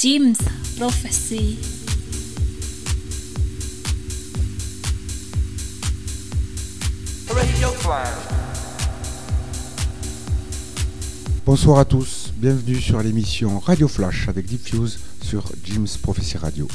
Jim's prophecy. Bonsoir à tous, bienvenue sur l'émission Radio Flash avec Diffuse sur Jim's Prophecy Radio.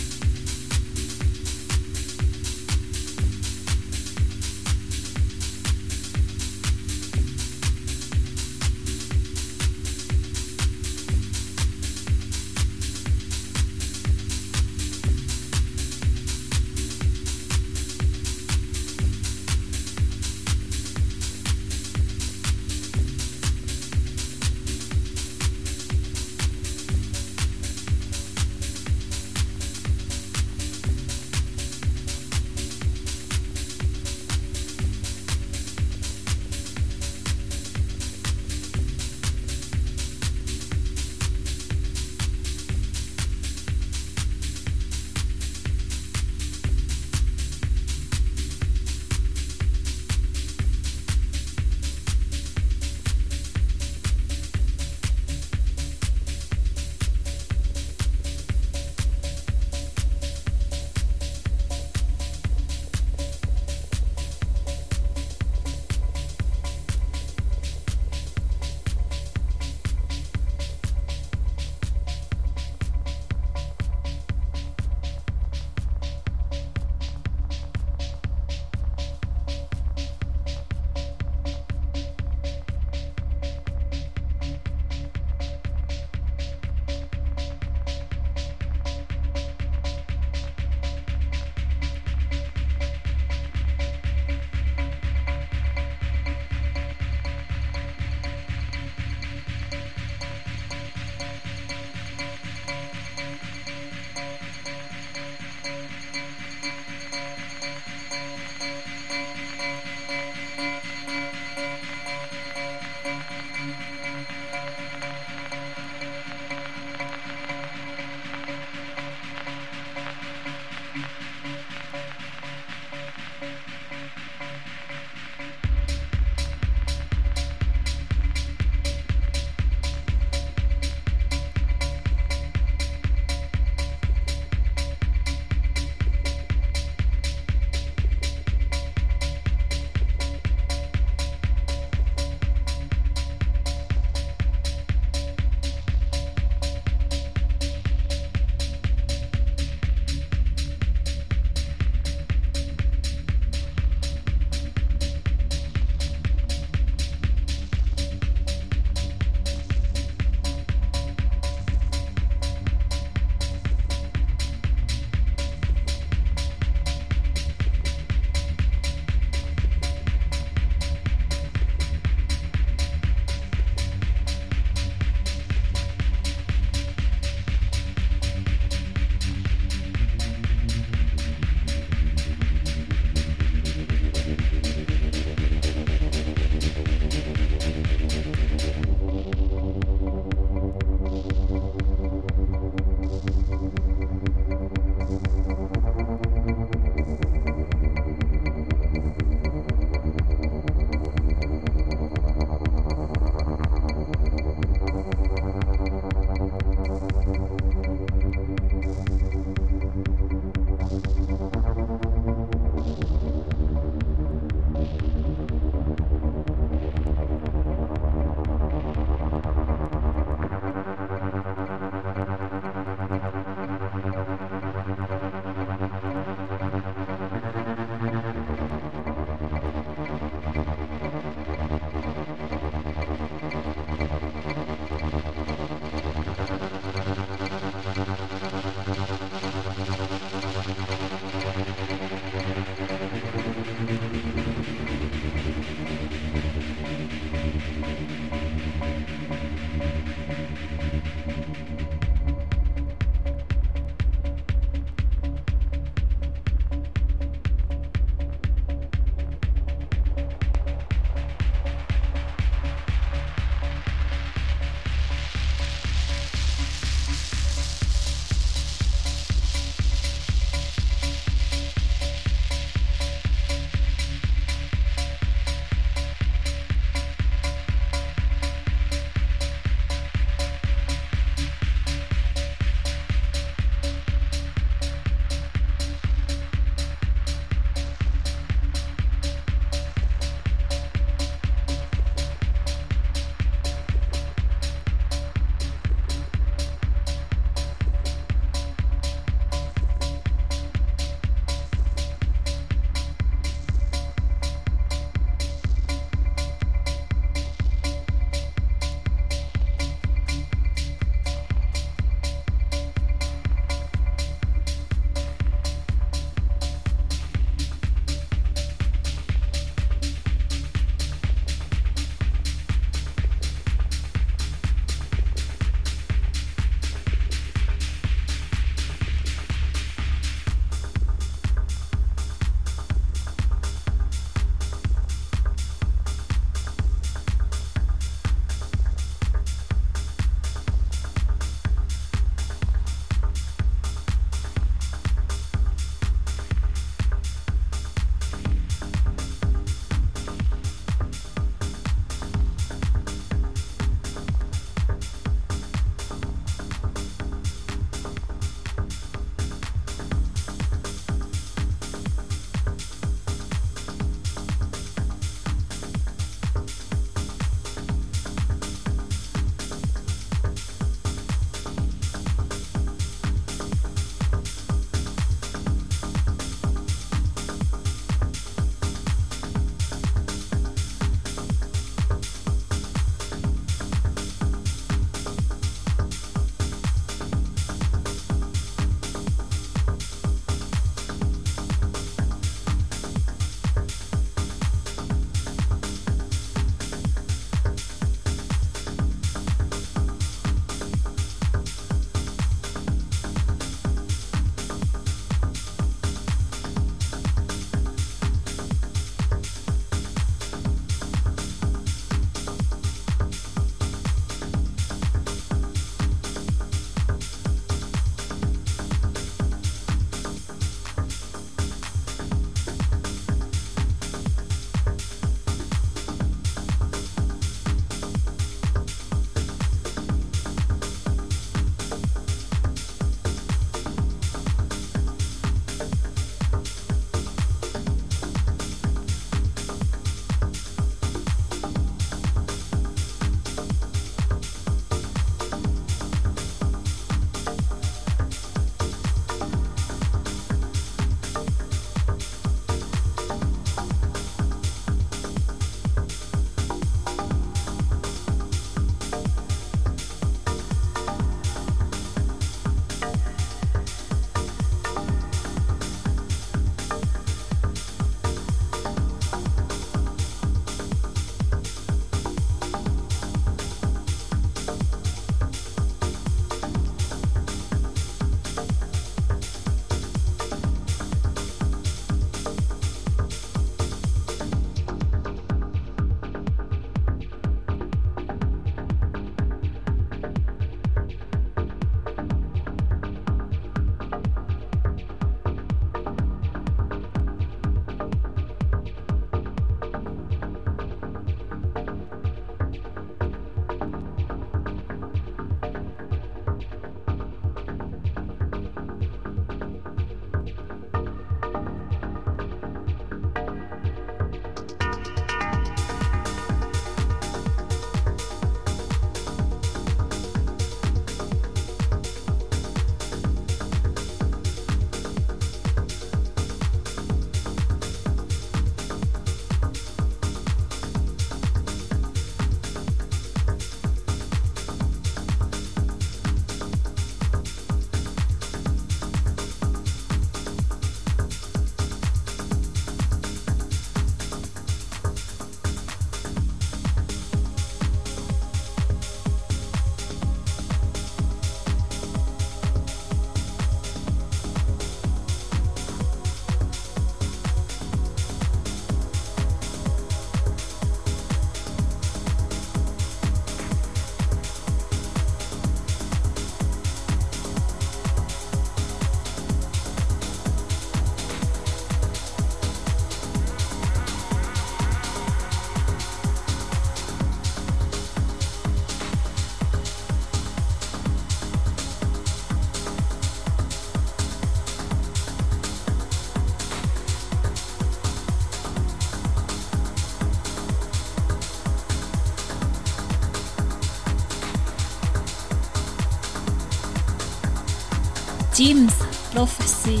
Jim's Prophecy.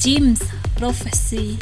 James Prophecy.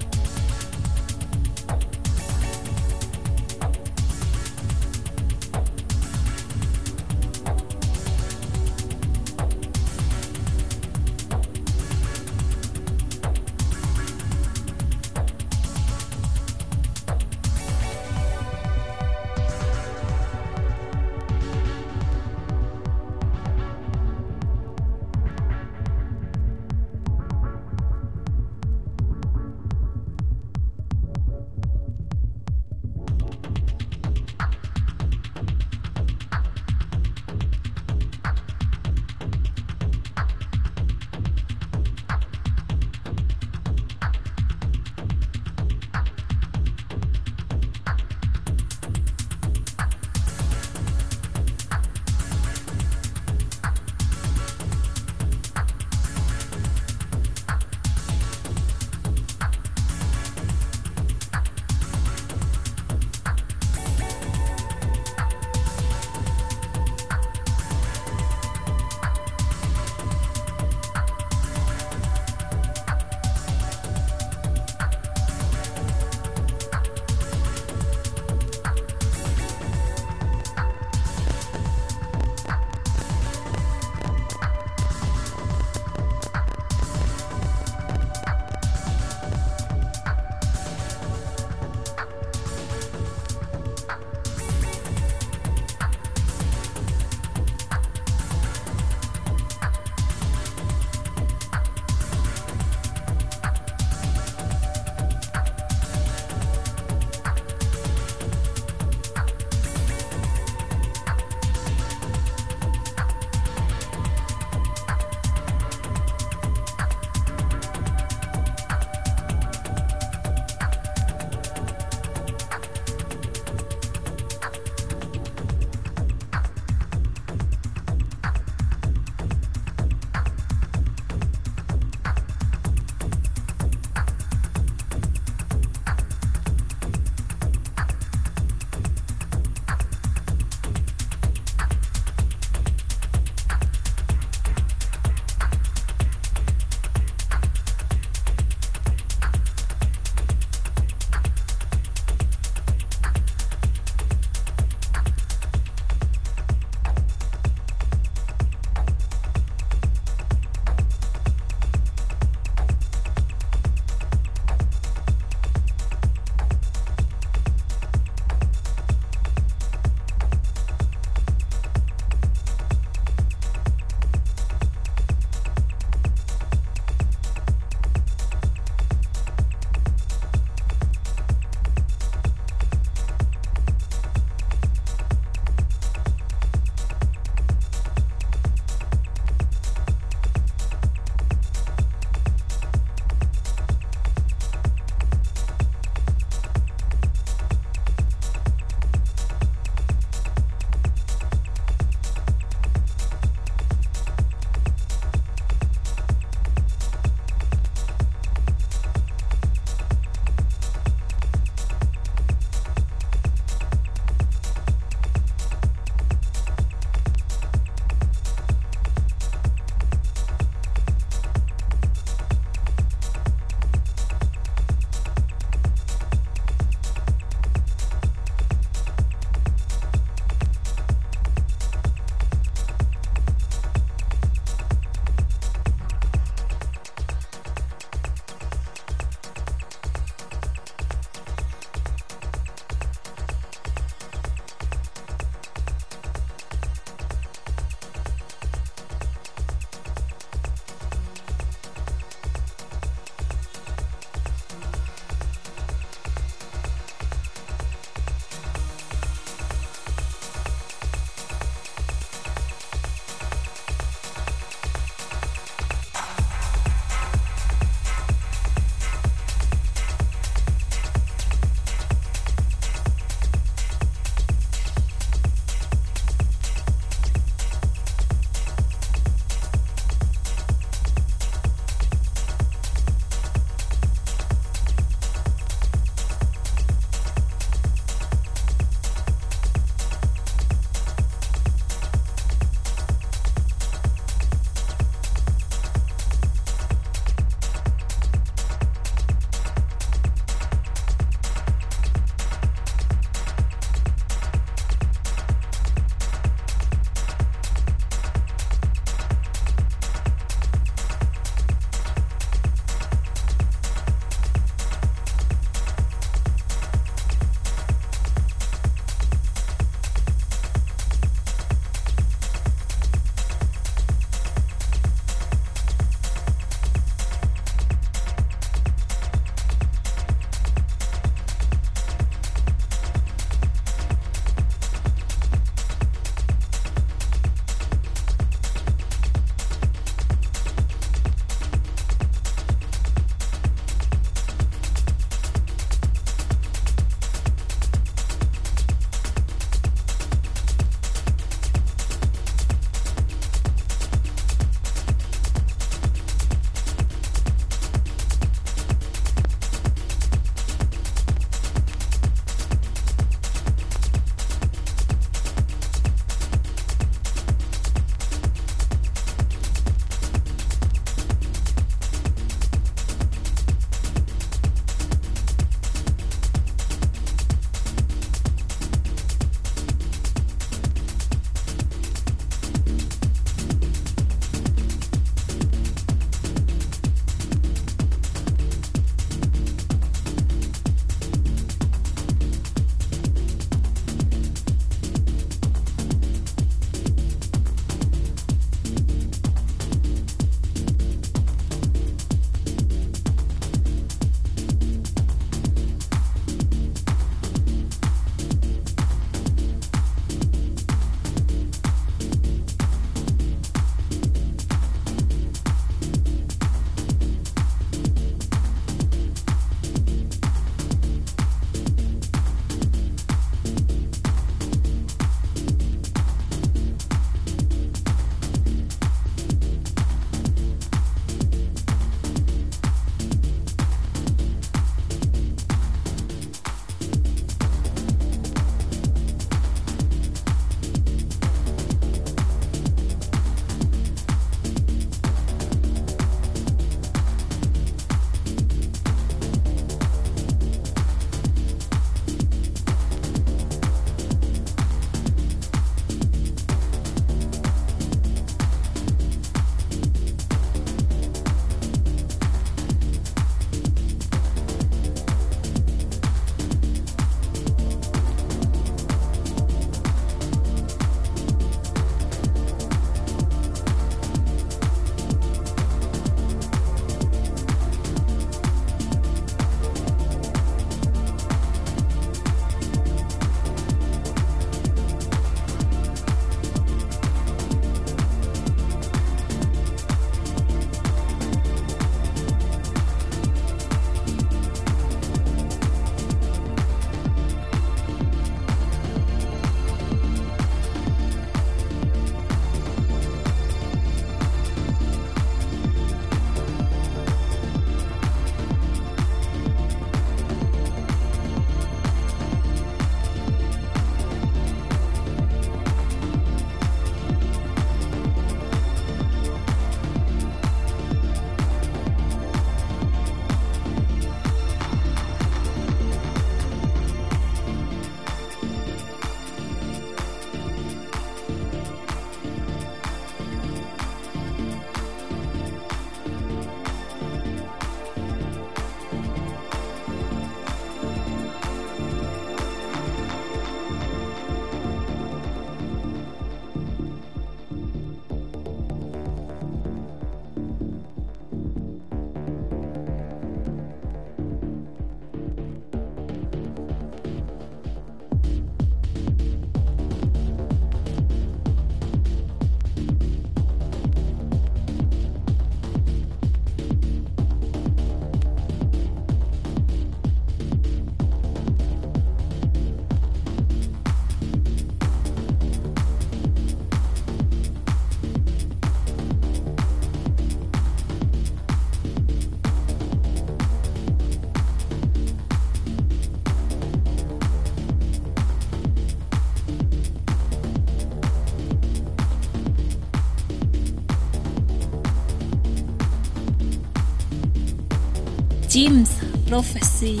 Jim's Prophecy.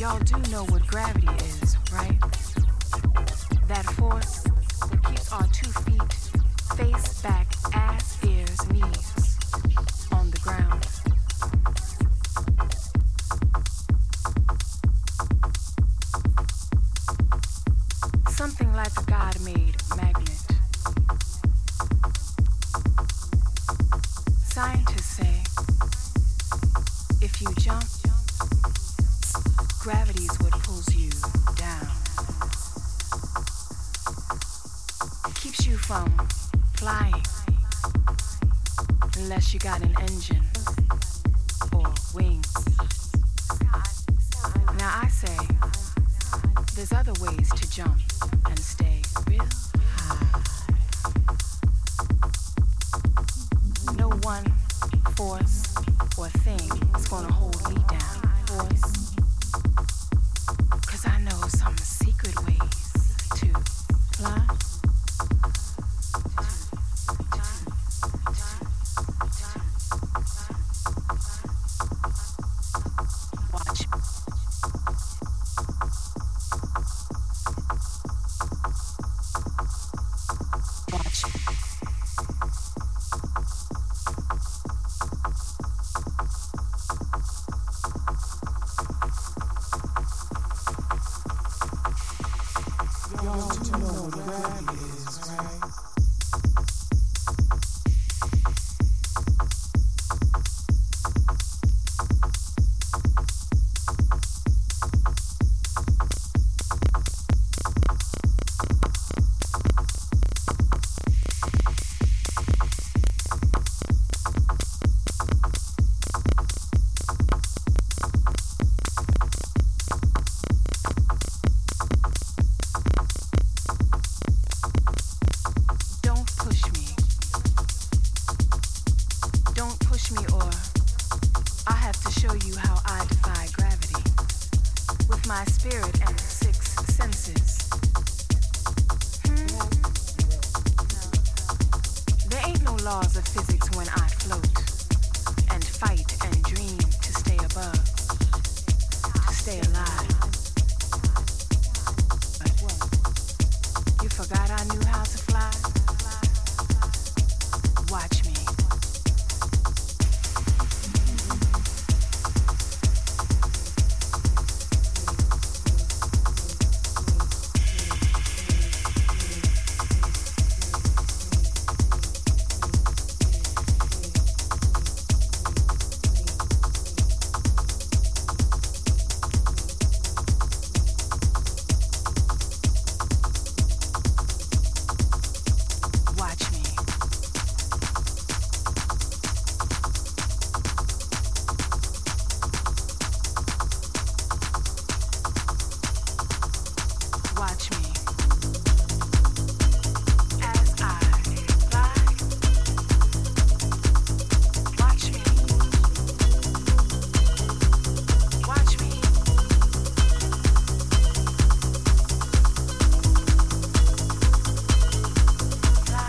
Y'all do know what gravity is, right? That force that keeps our two feet face, back, ass, ears, knees on the ground. Something like a God made magnet. Scientists say if you jump, gravity is what pulls you down. Keeps you from flying unless you got an engine or wings. Now I say there's other ways to jump and stay real high. No one force or thing is gonna hold me down. Force. Cause I know some secret ways to fly. Watch. Watch. Don't push me. Don't push me, or I have to show you how I defy gravity with my spirit and six senses. Hmm? There ain't no laws of physics when I float and fight and dream to stay above, to stay alive. But you forgot I knew how to fly? Watch me. Watch me. Watch me. As I fly. Watch me. Watch me. Fly.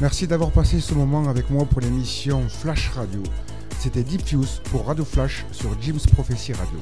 Merci d'avoir passé ce moment avec moi pour l'émission Flash Radio. C'était Deep Fuse pour Radio Flash sur Jim's Prophecy Radio.